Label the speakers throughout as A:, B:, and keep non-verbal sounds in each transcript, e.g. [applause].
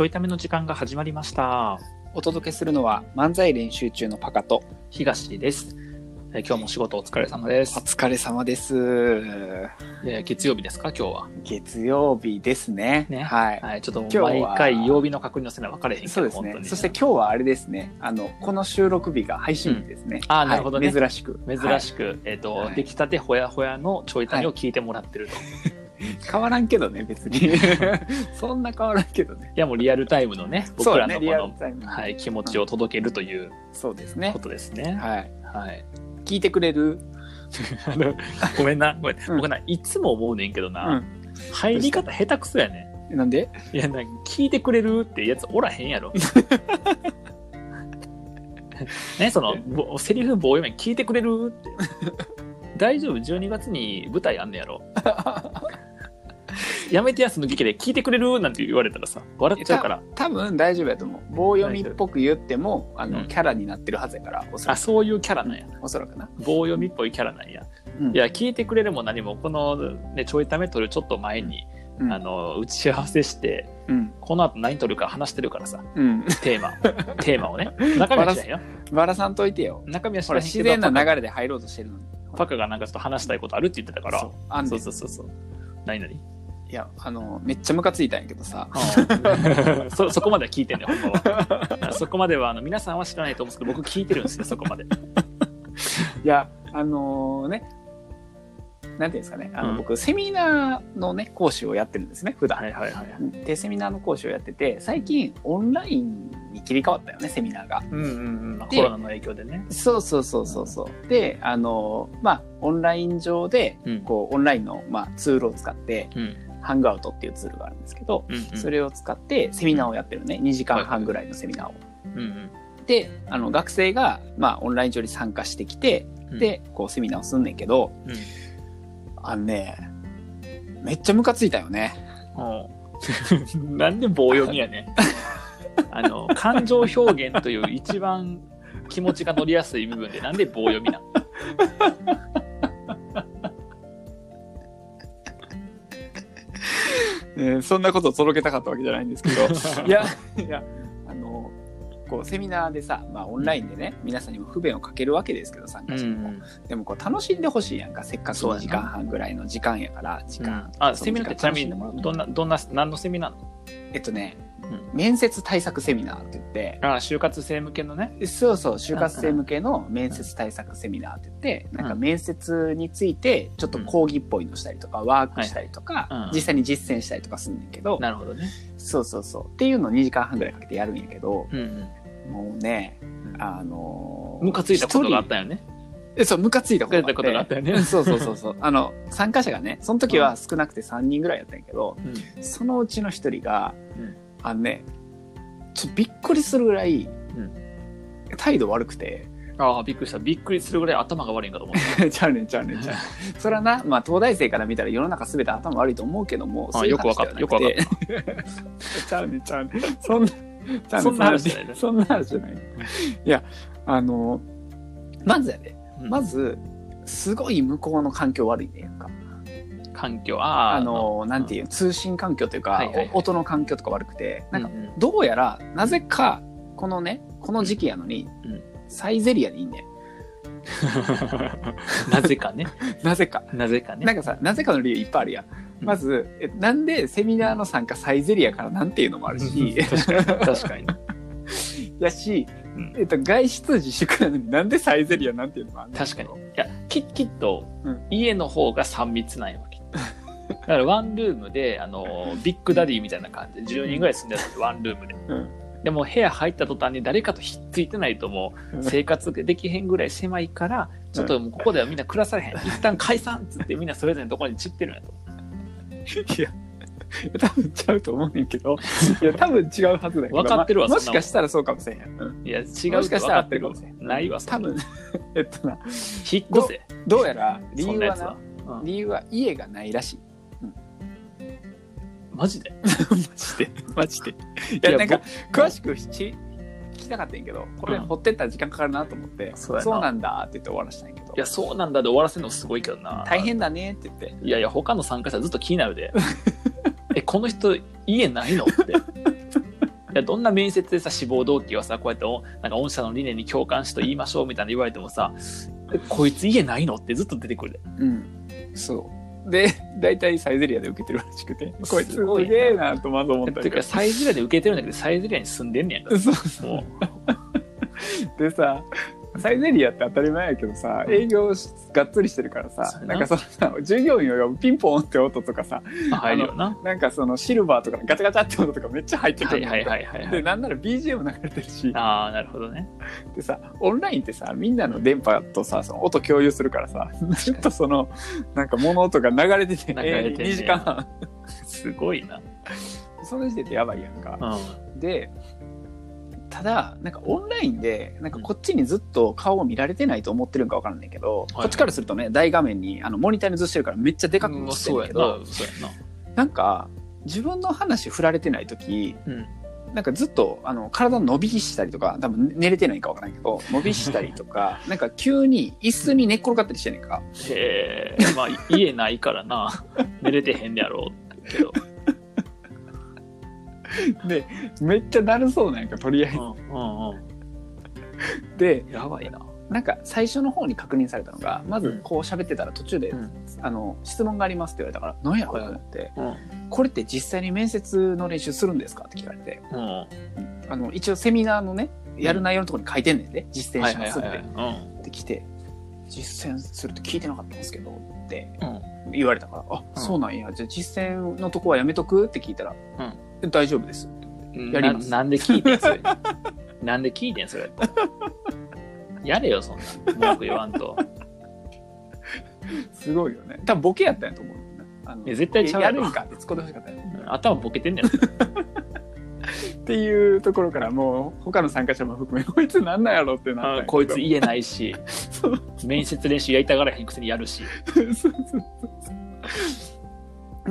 A: ょいための時間が始まりました。
B: お届けするのは漫才練習中のパカと
A: 東です。えー今日も仕事お疲れ様で
B: お
A: す。
B: 疲れ様です。
A: えー月曜日ですか今日は。
B: 月曜日ですね。
A: ね
B: はい。
A: はい、ちょっ
B: 日
A: と
B: は
A: 毎回曜日の確認のせな分かれへんけど、
B: そうですね
A: 本当。に
B: そして今日はあれですね。あの、この収録日が配信日ですね。
A: あーなるほどね
B: はい珍しく。
A: 珍しく、えっ、と、
B: はい
A: 出来たてほやほやのちょいためを聞いてもらってると。い、
B: く。変わらんけどね、別に。 [laughs] そんな変わらんけどね。
A: や、もうリアルタイムのね、
B: そ
A: [laughs] 僕
B: う
A: らの
B: だね、
A: こ
B: リア
A: の、
B: ルタイム。
A: はい、気持ちを届けるという
B: そうですね
A: こ。とですね。
B: はい。
A: はい。
B: 聞いてくれる
A: あの [laughs] ごめんな、ごめん。
B: うん
A: 僕な、いつも思うねんけどな、
B: うん。
A: 入り方下手くそやね
B: なんで
A: ん。いや、なんか聞いてくれるってやつおらへんや
B: [laughs]
A: ろ。ね、その、ぼセリフ棒読み聞いてくれるって。大丈夫 ?12 月に舞台あんねや
B: [laughs]
A: ろ。やめてやすの劇で聞いてくれるなんて言われたらさ、笑っちゃうから。
B: 多分大丈夫やと思う。棒読みっぽく言っても、あ
A: う
B: の、
A: ん
B: キャラになってるはずやから、おそ
A: あ、
B: らく。
A: そういうキャラなんや。
B: おそらくな。
A: 棒読みっぽいキャラなんや。
B: うん
A: いや、聞いてくれるも何も、この、ね、ちょいため撮るちょっと前に、
B: うん
A: あの、打ち合わせして、
B: うん。
A: この後何撮るか話してるからさ、
B: うん。 [laughs]
A: テーマ、テーマをね。中身はしないよ。
B: バラさんといてよ。
A: 中身はし
B: ほ
A: ないけ
B: ら、
A: ど
B: 自然な
A: パ
B: 流れで入ろうとしてるのに。
A: カパカがなんかちょっと話したいことあるって言ってたから、
B: そうあんねん
A: そうそうそうそう。何々
B: いや、あの、めっちゃムカついたんやけどさ。
A: [laughs] そそこまでは聞いてんねほんまは。そこまではあの皆さんは知らないと思うんですけど、僕聞いてるんですよ、そこまで。
B: いや、あのね、なんていうんですかね、あの、
A: うん
B: 僕、セミナーのね、講師をやってるんですね、普段。
A: はいはいはい。
B: で、セミナーの講師をやってて、最近、オンラインに切り替わったよね、セミナーが。
A: うんうんうん。
B: で
A: コロナの影響でね。
B: そうそうそうそうそう。で、あのまあ、オンライン上で、
A: うん
B: こう、オンラインの、まあ、ツールを使って、
A: うん
B: ハングアウトっていうツールがあるんですけど、
A: うんうん
B: それを使ってセミナーをやってるね、2時間半ぐらいのセミナーを。
A: うん
B: であの学生が、まあ、オンライン上に参加してきて、
A: うん。
B: でこうセミナーをすんねんけど
A: うん、うん
B: あのねめっちゃムカついたよね。
A: うんなんで棒読みや [laughs] ねんあの感情表現という一番気持ちが乗りやすい部分でなんで棒読みなん
B: そんなことを届けたかったわけじゃないんですけ
A: [laughs]
B: どいやいやあのこうセミナーでさ、まあ、オンラインでね、皆さんにも不便をかけるわけですけど参加者にも、でもこう楽しんでほしいやんかせっかく
A: そうや
B: 2
A: な
B: 時間半ぐらいの時間やから時間、
A: あセミナーってちなみ
B: その時間楽しんでもらう
A: にどんなどんな何のセミナーなの
B: えっとね、
A: う
B: 面接対策セミナーって言って
A: あ就活生向けのね
B: そうそう就活生向けの面接対策セミナーって言って、なんか面接についてちょっと講義っぽいのしたりとか、ワークしたりとか、
A: はいはいうん
B: 実際に実践したりとかするんだけど、
A: なるほどね
B: そうそうそうっていうのを2時間半ぐらいかけてやるんやけど
A: うんうん
B: もうね
A: うん
B: あのー
A: ムカついたことがあっ
B: 一
A: たよね
B: 人えそうムカついた
A: ム
B: こ
A: カ
B: と
A: ついたことが
B: が
A: あ
B: あ
A: っ
B: ったて
A: よね
B: そうそうそうそうあの参加者がねその時は少なくて3人ぐらいやったんやけど、
A: うん
B: そのうちの1人が、
A: うん
B: あのねちょっとびっくりするぐらい、
A: ん
B: 態度悪くて。
A: ああびっくりしたびっくりするぐらい頭が悪いんかと思っ
B: [laughs] ちゃうねんちゃ
A: [laughs]
B: うねんちゃうねんそれはな、まあ、東大生から見たら世の中全て頭悪いと思うけども
A: た
B: そ
A: あ
B: ういう
A: よく
B: 話
A: わかったよくわ
B: で
A: か
B: は
A: っ
B: なて [laughs] ちゃうねんちゃうねんそんなちゃうね
A: そんな話じゃない
B: そんな話じゃないいやあのまずやで
A: た
B: まずすごい向こうの環境悪いねやんか
A: うん環境ああ
B: あのなんていう通信環境というか、
A: はいはいはい
B: お音の環境とか悪くて
A: う
B: なんん
A: う
B: か
A: ん
B: どうやらなぜかこのねこの時期やのに、
A: うん
B: サイゼリアでいいね
A: [laughs] なぜかね
B: んなぜか
A: なぜかね
B: なんかさ、なぜかの理由いっぱいあるやん。まず、えなんでセミナーの参加サイゼリアからなんていうのもあるし、
A: 確かに。
B: [laughs] やし、
A: うん
B: えっと、外出自粛なのになんでサイゼリアなんていうのもある
A: 確かに。いや、ききっと
B: うん、
A: 家の方が3密ないわけ。だからワンルームで、あの、ビッグダディみたいな感じで、10人ぐらい住んでるんですよワンルームで。
B: うん
A: でも部屋入った途端に誰かとひっついてないとも
B: う
A: うん生活できへんぐらい狭いから、ちょっともうここではみんな暮らされへん。一旦解散っつってみんなそれぞれのところに散ってるんやと。
B: [laughs] いや、多分ちゃうと思うねん
A: [laughs]
B: けど、いや、多分違うはずだけど。
A: わかってるわ
B: まあも
A: そん
B: し
A: なもん
B: かしたらそうかもしれへん。うん
A: いや、違う
B: もしかしたら合ってるかもしれ
A: ん
B: ん。
A: ないわ、そ
B: 多
A: んな
B: 分、 [laughs] えっとな、
A: 引っ越せ。
B: どうやら理
A: そ
B: 由
A: んなや
B: は
A: つは
B: な、。
A: うん
B: 理由は家がないらしい。
A: マジで
B: [laughs] マジで、マジで。いや、
A: いや
B: なんか、
A: ぼ
B: 詳しくし聞きたかったんやけど、これ
A: うん
B: 掘ってったら時間かかるなと思って、
A: そうやな
B: そうなんだって言って終わらしたんやけど
A: い、や、そうなんだで終わらせるのすごいけどな。
B: 大変だねって言って、
A: いやいや、 [laughs] 他の参加者ずっと気になるで。え、この人、家ないのって。いやどんな面接でさ志望動機はさこうやっておなんか御社の理念に共感しと言いましょうみたいな言われてもさえこいつ家ないのってずっと出てくるで
B: うん。そう。で、 [laughs] 大体サイゼリアで受けてるらしくて、こいつ
A: す
B: す
A: ごいな
B: げえなとまず思った
A: て
B: り
A: いうか
B: とか。
A: サイゼリアで受けてるんだけどサイゼリアに住んでんねやんか
B: [laughs] そう
A: らも
B: でさ、サイゼリアって当たり前やけどさ、営業しがっつりしてるから
A: そ
B: さ、
A: うやな
B: なんかそのさ、従業員を呼ぶピンポンって音とかさ、
A: う入るよな
B: なんかそのシルバーとかのガチャガチャって音とかめっちゃ入ってく
A: は
B: る
A: い
B: の
A: はいはいはいは
B: で、
A: い
B: なんなら BGM 流れてるし、
A: ああなるほどね
B: でさ、オンラインってさ、みんなの電波とさ、その音共有するからさ、ずっとその、なんか物音が流れてて、
A: 流れてんねや
B: 2時間半。
A: すごいな
B: その時点でやばいやんか。
A: う
B: でただなんかオンラインでなんかこっちにずっと顔を見られてないと思ってるんかわからんないけど、こっちからするとね大画面にあのモニターに映してるからめっちゃでかく映
A: ん
B: ってる
A: そ
B: ん
A: う
B: だ
A: や
B: け
A: な
B: ど、
A: そうや
B: なんか自分の話振られてない時
A: なうん
B: なんかずっとあの体伸びしたりとか多分寝れてないんかわからんけど伸びしたり
A: [laughs]
B: とかなんか急に椅子に寝っ転がったりしてんねんか
A: へえまあ家ないから
B: [laughs]
A: な寝れてへんねやろうけど、
B: でめっちゃだるそうなんやんかとりあえ
A: う
B: ず
A: んうんう
B: で
A: ん、やばいな
B: なんか最初の方に確認されたのがまずこう喋ってたら途中で、
A: うん
B: あの質問がありますって言われたから何やろうと思って、
A: うん
B: これって実際に面接の練習するんですかって聞かれて
A: うん
B: あの一応セミナーのねやる内容のところに書いてんねんで、実践しますって、
A: うん
B: って来て実践するって聞いてなかったんですけどって
A: うん
B: 言われたからあ、
A: うん
B: そうなんやじゃあ実践のとこはやめとくって聞いたら、え大丈夫ですやります
A: ななんで聞いてん [laughs] それなんで聞いてんそれやれよそんな文句言わんと
B: すごいよね多分ボケやったんやと思うあの
A: いや絶対ちゃうや
B: や
A: ろ
B: るんかって突っ込んでほしかったよ
A: うん頭ボケてんねん
B: っていうところからもう他の参加者も含めこいつなんなんやろってなったんやけど
A: こいつ家ないし
B: そう
A: 面接練習やりたがらへんくせにやるし
B: そうそうそうそう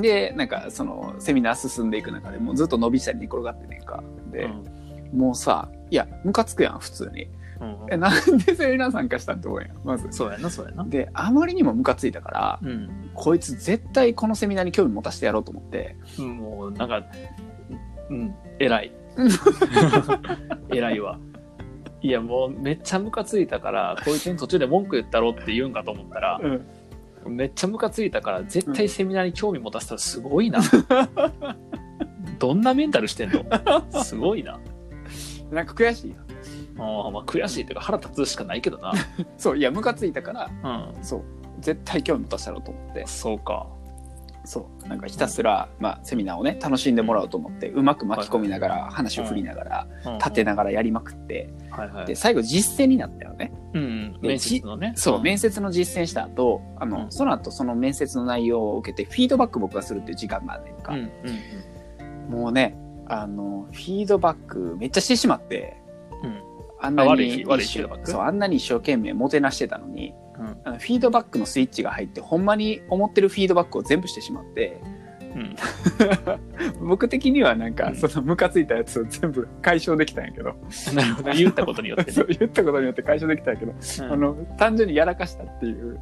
B: [laughs] でなんかそのセミナー進んでいく中でもうずっと伸びしたり寝転がってねんかで、
A: うん
B: もうさいやムカつくやん普通に
A: うん
B: [laughs] えなんでセミナー参加したんって思うやんまず
A: そうやなそうやな
B: であまりにもムカついたから
A: うん
B: こいつ絶対このセミナーに興味持たせてやろうと思って
A: もうなんかうん偉 [laughs] い偉いわいやもうめっちゃムカついたからこいつに途中で文句言ったろって言うんかと思ったら
B: うん
A: めっちゃムカついたから絶対セミナーに興味持たせたらすご [laughs] いな、どんなメンタルしてん [laughs] のすごいな
B: なんか悔しいよ
A: ああまあ悔しいというか腹立つしかないけどな
B: そういやムカついたから
A: うん
B: そう絶対興味持たせてやろうと思って
A: そうか
B: そうなんかひたすら、まあ、セミナーをね楽しんでもらおうと思ってうまく巻き込みながら話を振りながら立て
A: な
B: ながらやりまくって
A: はいはい
B: で最後実践になったよね
A: うんうん面接のね
B: そう面
A: 接
B: 接の実践した後あの、
A: うん
B: その後その面接の内容を受けてフィードバック僕がするっていう時間があるねんか
A: うん、うんうん
B: もうねあのフィードバックめっちゃしてしまって
A: うん
B: あんなに
A: あ悪い
B: 一生
A: 悪いフィードバック
B: そうあんなに一生懸命もてなしてたのに
A: うん
B: あのフィードバックのスイッチが入ってほんまに思ってるフィードバックを全部してしまって
A: うん
B: 僕的にはなんか、
A: うん
B: そのムカついたやつを全部解消できたん
A: [laughs]
B: やけど、
A: なるほど言ったことによって
B: そ
A: ね
B: う言ったことによって解消できたんやけど、
A: うん
B: あの単純にやらかしたっていう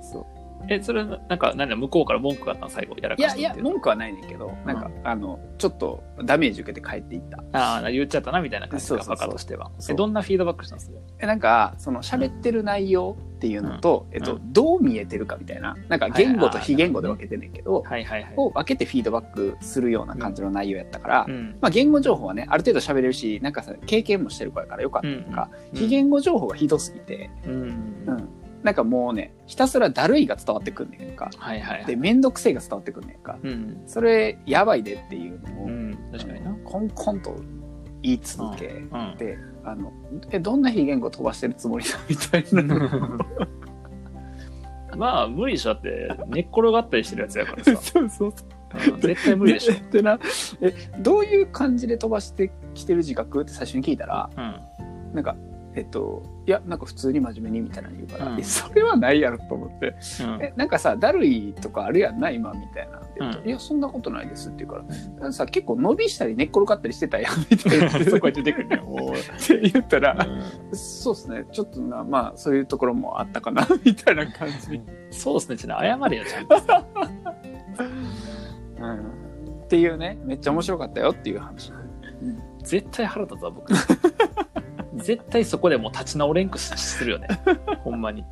B: そう
A: えそれなんか何だ向こうから文句があったの最後やら
B: い
A: かし
B: や
A: た
B: いや文句はないねんけどなんか、あのちょっとダメージ受けて帰っていった
A: ああ言っちゃったなみたいな感じ
B: そう
A: か
B: そうそ
A: バ
B: う
A: カとしては
B: そ
A: え
B: う
A: どんなフィードバックしたんですか
B: えなんかその喋ってる内容っていうのと、えっと
A: う
B: どう見えてるかみたいななんか言語と非言語で分けてんねんけど、
A: はいはいはい
B: を分けてフィードバックするような感じの内容やったから、
A: うん
B: まあ、言語情報はねある程度喋れるしなんかさ経験もしてる子やからよかった
A: うん
B: とか、
A: うん
B: 非言語情報がひどすぎて、
A: うん
B: うんなんかもうねひたすらだるいが伝わってくんねんか
A: はいはいは
B: で
A: い
B: 面倒くせえが伝わってくんねんか
A: うん
B: それやばいでっていうのを、
A: うん確かにな
B: コンコンと言い続け、
A: うん
B: であのえどんな非言語飛ばしてるつもりだみたい
A: [laughs]
B: な
A: まあ無理でしょだって寝っ転がったりしてるやつや [laughs] からさ、
B: そうそう
A: うん絶対無理でしょ、
B: でなえどういう感じで飛ばしてきてる自覚って最初に聞いたら
A: うん、
B: なんかえっといやなんか普通に真面目にみたいなの言うから、
A: うん
B: えそれはないやろと思って、
A: うん
B: えなんかさだるいとかあるやんな今みたいなって言うと、
A: うん
B: いやそんなことないですって言うからさ結構伸びしたり寝っ転がったりしてたやんみたいな
A: [laughs] [laughs] そこへ出てくるねもう
B: って言ったら、
A: う
B: そうですねちょっとなまあそういうところもあったかな [laughs] みたいな感じ、
A: んそうですねちょっと謝れよちゃんと
B: うんっていうねめっちゃ面白かったよっていう話
A: 絶対腹立つわ [laughs] 僕絶対そこでもう立ち直れんくしするよねほんまに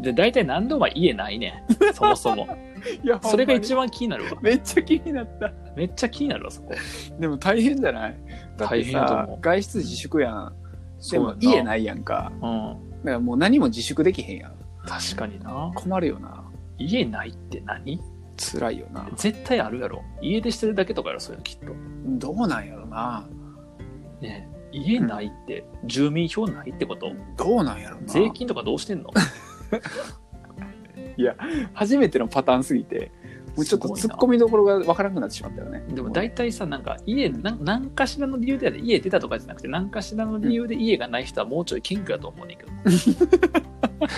A: で大体何度は家ないねんそもそ [laughs] も
B: いや
A: それが一
B: 番
A: 番気になるわ
B: [laughs] めっちゃ気になった
A: めっちゃ気になるわそこ
B: でも大変じゃないだって
A: 大変やと
B: さ
A: 思う
B: 外出自粛やんで
A: そうや
B: も
A: な
B: 家ないやんか
A: うん
B: だからもう何も自粛できへんやん
A: 確かにな
B: 困るよな
A: 家ないって何
B: 辛いよな
A: 絶対あるやろ家出してるだけとかやろそういうのきっと
B: どうなんやろな
A: ねえ家ないって、住民票ないってこと
B: どうなんやろな
A: 税金とかどうしてんの
B: 初めてのパターンすぎてもうちょっと
A: す
B: 突
A: ごいな
B: っ込みどころがわからなくなってしまったよね
A: でも大体さなんか家なん何かしらの理由でやで家出たとかじゃなくて何かしらの理由で家がない人はもうちょい謙虚だと思うねんけ
B: [laughs]
A: ど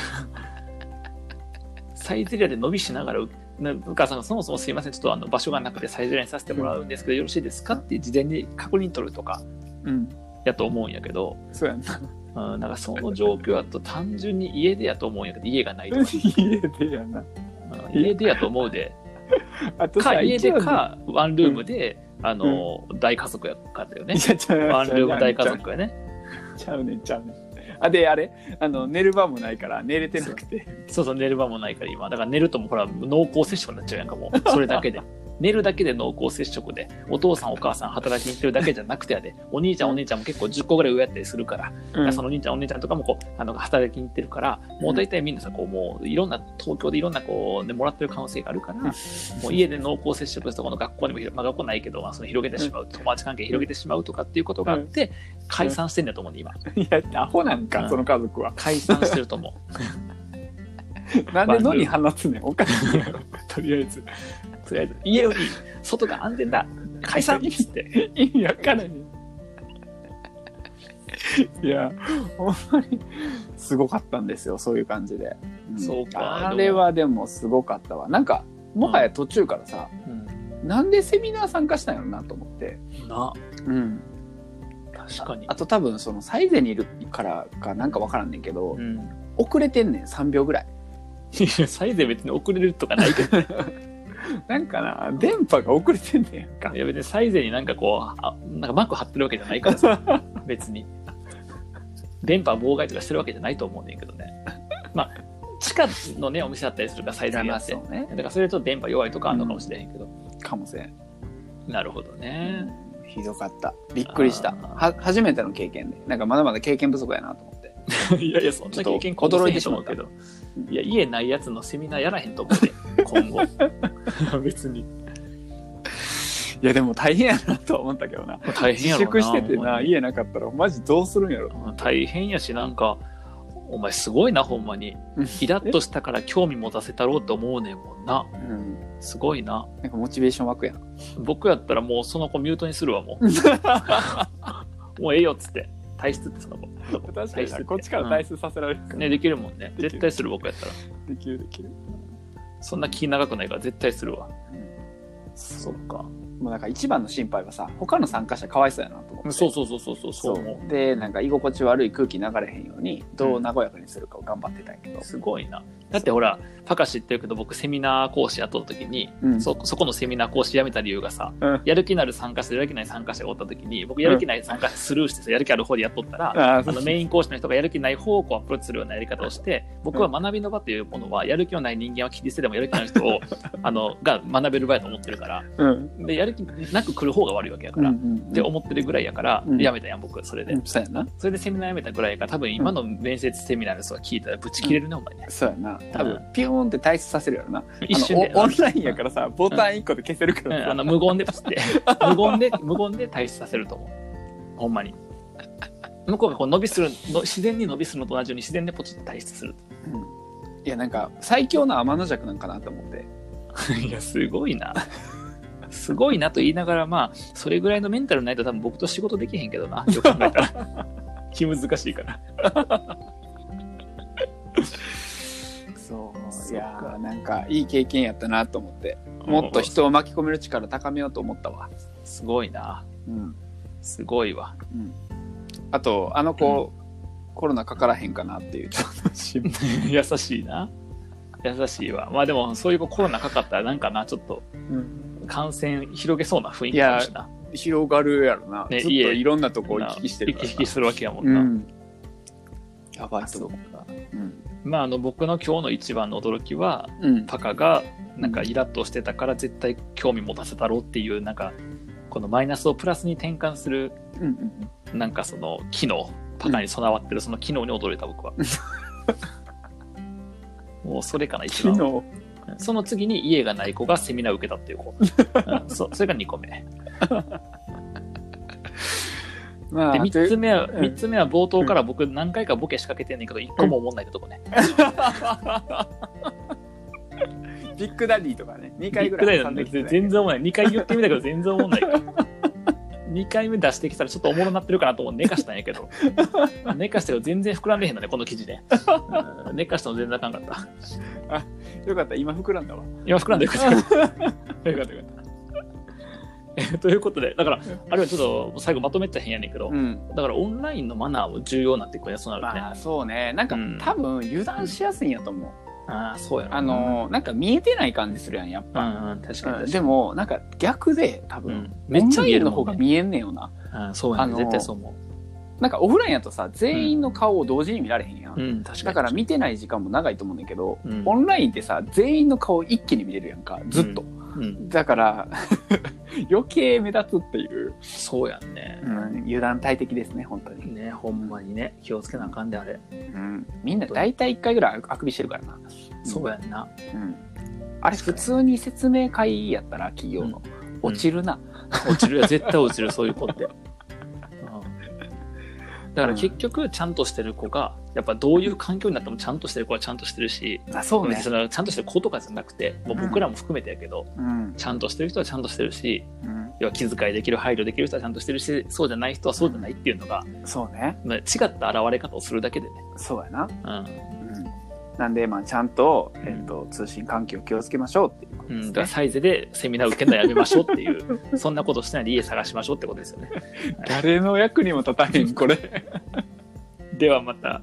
A: サイゼリアで伸びしながらうなお母さんがそもそもすいませんちょっとあの場所がなくてサイゼリアにさせてもらうんですけどよろしいですかって事前に確認取るとか
B: うん
A: やと思うんやけど、
B: そうや [laughs] んな
A: うん、なんかその状況だと単純に家出やと思うんやけど家がないとか、
B: [laughs] 家でやな
A: うん家出やと思うで
B: あと
A: か
B: さ
A: 家で
B: 一応ね
A: かワンルームで、あの、大家族やかったよね
B: [laughs] いやちゃう
A: ワンルーム大家
B: ちゃう
A: 族やね
B: ちゃうねんちゃうねんあであれあの寝る場もないから寝れてなくて
A: そうそう寝る場もないから今だから寝るともうほら濃厚接触になっちゃうやんかも
B: [laughs]
A: うそれだけで寝るだけで濃厚接触でお父さんお母さん働きに行ってるだけじゃなくてやでお兄ちゃんお姉ちゃんも結構10個ぐらい上やったりするから、
B: うん
A: そのお兄ちゃんお姉ちゃんとかもこうあの働きに行ってるからもう大体みんなさこうもういろんな東京でいろんなこう、ね、もらってる可能性があるから、もう家で濃厚接触したこの学校でも広、まあ、学校ないけど、まあ、その広げてしまう、友達関係広げてしまうとかっていうことがあって、解散してんだと思うね今
B: [laughs] いやアホなん
A: う
B: か
A: ん
B: その家族は
A: 解散してると [laughs] 思う
B: [laughs] なんで野に放つねんおかしいや [laughs] ろとりあえず
A: とりあえず家より外が安全だ解散っつ [laughs] って
B: 意味わからんねんいやほんまにすごかったんですよそういう感じで、ん
A: そうか
B: あれはでもすごかったわなんかもはや途中からさ、なんでセミナー参加したんやろなと思って、
A: な
B: うん、
A: 確かに
B: あと多分そのサイゼにいるからかなんかわからんねんけど、
A: うん
B: 遅れてんねん3秒ぐらい
A: いやサイゼ別に遅れるとかないけど
B: なんかな電波が遅れてんねんやんか
A: いや別にサイゼになんかこうあなんか幕張ってるわけじゃないからさ [laughs] 別に電波妨害とかしてるわけじゃないと思うねんけどねまあ地下のねお店だったりするからサイゼリアって
B: そうね
A: だからそれと電波弱いとかあるのかもしれへんけど、
B: かもせん、
A: なるほどね
B: ひどかったびっくりした
A: あー
B: は初めての経験でなんかまだまだ経験不足やなと思って
A: いやいや、そんな経験今後せえへんと思うけど。いや、家ないやつのセミナーやらへんと思うで、今後。 [laughs] 別に。
B: いやでも大変やなとは思ったけどな
A: 大変
B: 自
A: やろな。
B: 粛してて
A: ほんま
B: な
A: に
B: 家なかったらマジどうするんやろ
A: うん大変やし、なんか、お前すごいな、ほんまに
B: うん。
A: イラッとしたから興味持たせたろうと思うねんもんな。
B: うん
A: すごいな。
B: なんかモチベーション湧くやん
A: 僕やったらもうその子ミュートにするわ、 [laughs] もう。もうええよっつって。体質ってその子。
B: 確
A: かにな
B: こ
A: こ
B: っ
A: っ
B: ち
A: ち
B: か
A: からら
B: 退
A: 退
B: 出させられるから、
A: ね、できるもんね。絶対する僕やったら。
B: できるできる
A: そんな気長くないから絶対するわ。そっか。
B: もうなんか一番の心配はさ他の参加者かわいそうやなと思って
A: そうそうそうそうそう、そう思う。
B: でなんか居心地悪い空気流れへんようにどう和やかにするかを頑張ってたんやけど、
A: すごいな。だってほら、たかしってるけど、僕、セミナー講師やっとった時に、
B: うん
A: そ、そこのセミナー講師辞めた理由がさ、
B: うん
A: やる気のある参加者、やる気ない参加者がおった時に、僕、やる気ない参加者スルーしてさ、やる気ある方でやっとったら、
B: ああそ
A: あ
B: う
A: のメイン講師の人がやる気ない方をこうアプローチするようなやり方をして僕は学びの場というものはやる気のない人間は切り捨ててもやる気のある人
B: [laughs]
A: をあのが学べる場やと思ってるから
B: うん
A: でやる気なく来る方が悪いわけやから、
B: う
A: っ
B: んうんうん
A: て思ってるぐらいやから、
B: うん
A: やめたやん僕それで、
B: うんそうやな
A: それでセミナーやめたぐらいやから多分今の面接セミナーの人が聞いたらぶち切れるね、お前ね
B: そうやな多分ピューンって退出させるやろな
A: 一瞬で
B: あのおオンラインやからさボタン一個で消せるか
A: うん
B: らさ
A: あの無言でパス [laughs] って無言で無言で退出させると思うほんまに向こうがこう伸びするの自然に伸びするのと同じように自然でポチッと退出する
B: うんいやなんか最強の天の弱なんかなと思っ
A: [laughs]
B: て
A: いやすごいなすごいなと言いながらまあそれぐらいのメンタルないと多分僕と仕事できへんけどなよく考えたら [laughs] 気難しい [laughs] から
B: そう
A: そ
B: いうや
A: か
B: ーなんかいい経験やったなと思ってもっと人を巻き込める力高めようと思ったわ
A: すごいな
B: うん
A: すごいわ
B: うんあとあの子、コロナかからへんかなっていうちょっと心
A: [laughs]
B: 配
A: 優しいな優しいわまあでもそういうコロナかかったらなんかなちょっと感染広げそうな雰囲気あるしな
B: 広がるやろな、
A: ね
B: ずっと
A: いえ
B: いろんなとこを行き来してる
A: 行
B: から
A: き
B: な
A: 来するわけやも
B: うん
A: な。
B: んやばい
A: あ
B: と
A: と
B: 思ううん
A: まあ、あの僕の今日の一番の驚きは
B: うん
A: パカがなんかイラッとしてたから絶対興味持たせたろうっていうなんかこのマイナスをプラスに転換する
B: うんうん
A: なんかその機能パカに備わってるその機能に驚いた
B: [laughs]
A: 僕は。もうそれかな一
B: 昨
A: 番
B: 日
A: その次に家がない子がセミナー受けたって
B: [laughs]
A: いう子、うんそそれが2個目で
B: まあとい
A: 3
B: う
A: つ目は
B: うん
A: 三つ目は冒頭から僕何回かボケ仕掛けてんねんけど1個も思んないけどね
B: ビッグダディとかね2回ぐ
A: ビ
B: ら
A: ッ
B: い
A: グダ
B: 挟ん
A: ディ
B: で
A: なん
B: き
A: で
B: て
A: 全
B: ね
A: 然思わない2回言ってみ
B: [laughs]
A: たけど全然思わないから2回目出してきたらちょっとおもろなってるかなと思って寝かしたんやけ
B: [laughs]
A: ど寝かしたけど全然膨らんでへんのねこの記事で、うん寝かしたの全然あかんかった
B: よかった今膨らんだわ
A: 今膨らんでよかったよかったよかった
B: [laughs]
A: えということでだからあれはちょっと最後まとめっちゃ変やねんけど、
B: うん
A: だからオンラインのマナーも重要になってくるねそうなるとね、
B: まあそうねなんか
A: うん
B: 多分油断しやすいんやと思う
A: ああそうやろな
B: あのなんか見えてない感じするやんやっ
A: う
B: ぱ
A: んうん確かに確かに
B: でもなんか逆で多
A: う
B: 分
A: んめ
B: めっ
A: っ
B: ち
A: ち
B: ゃ
A: ゃ
B: 見
A: 見
B: え
A: える
B: るの
A: の
B: 方
A: 方
B: が
A: が
B: 見えんねんよな
A: あそうや
B: あ
A: ね
B: の
A: 絶対そう思
B: なんかオフラインやとさ全員の顔を同時に見られへんやん
A: ううん確かに
B: だから見てない時間も長いと思うねんだけど、
A: うん
B: オンラインってさ全員の顔一気に見れるやんかずっと、
A: うん
B: だから [laughs] 余計目立つっていう、
A: そうやんね
B: 油断大敵ですね本当に、
A: ねほんまにね気をつけなあかんであれ
B: みんな大体1回ぐらいあくびしてるからな
A: そうやんな
B: うんあれ普通に説明会やったら企業の、落ちるな、
A: 落ちるよ絶対落ちる [laughs] そういう子って、うんだから結局ちゃんとしてる子がやっぱどういう環境になってもちゃんとしてる子はちゃんとしてるし
B: あそ
A: 別にそのちゃんとしてる子とかじゃなくてもう僕らも含めてやけど、
B: うん
A: ちゃんとしてる人はちゃんとしてるし
B: うん
A: 要は気遣いできる配慮できる人はちゃんとしてるしそうじゃない人はそうじゃないっていうのが、
B: そうね
A: まあ違った現れ方をするだけでね、
B: そうやな、
A: うん、
B: うん、なんでまあちゃんと,、えっと通信環境気をつけましょうっていうこと
A: う
B: で
A: ん、
B: すね
A: だからサイゼでセミナー受けるのやめましょうって
B: [laughs]
A: いう、そんなことしないで家探しましょうってことですよね。
B: 誰の役にも立たへんこれ
A: ではまた。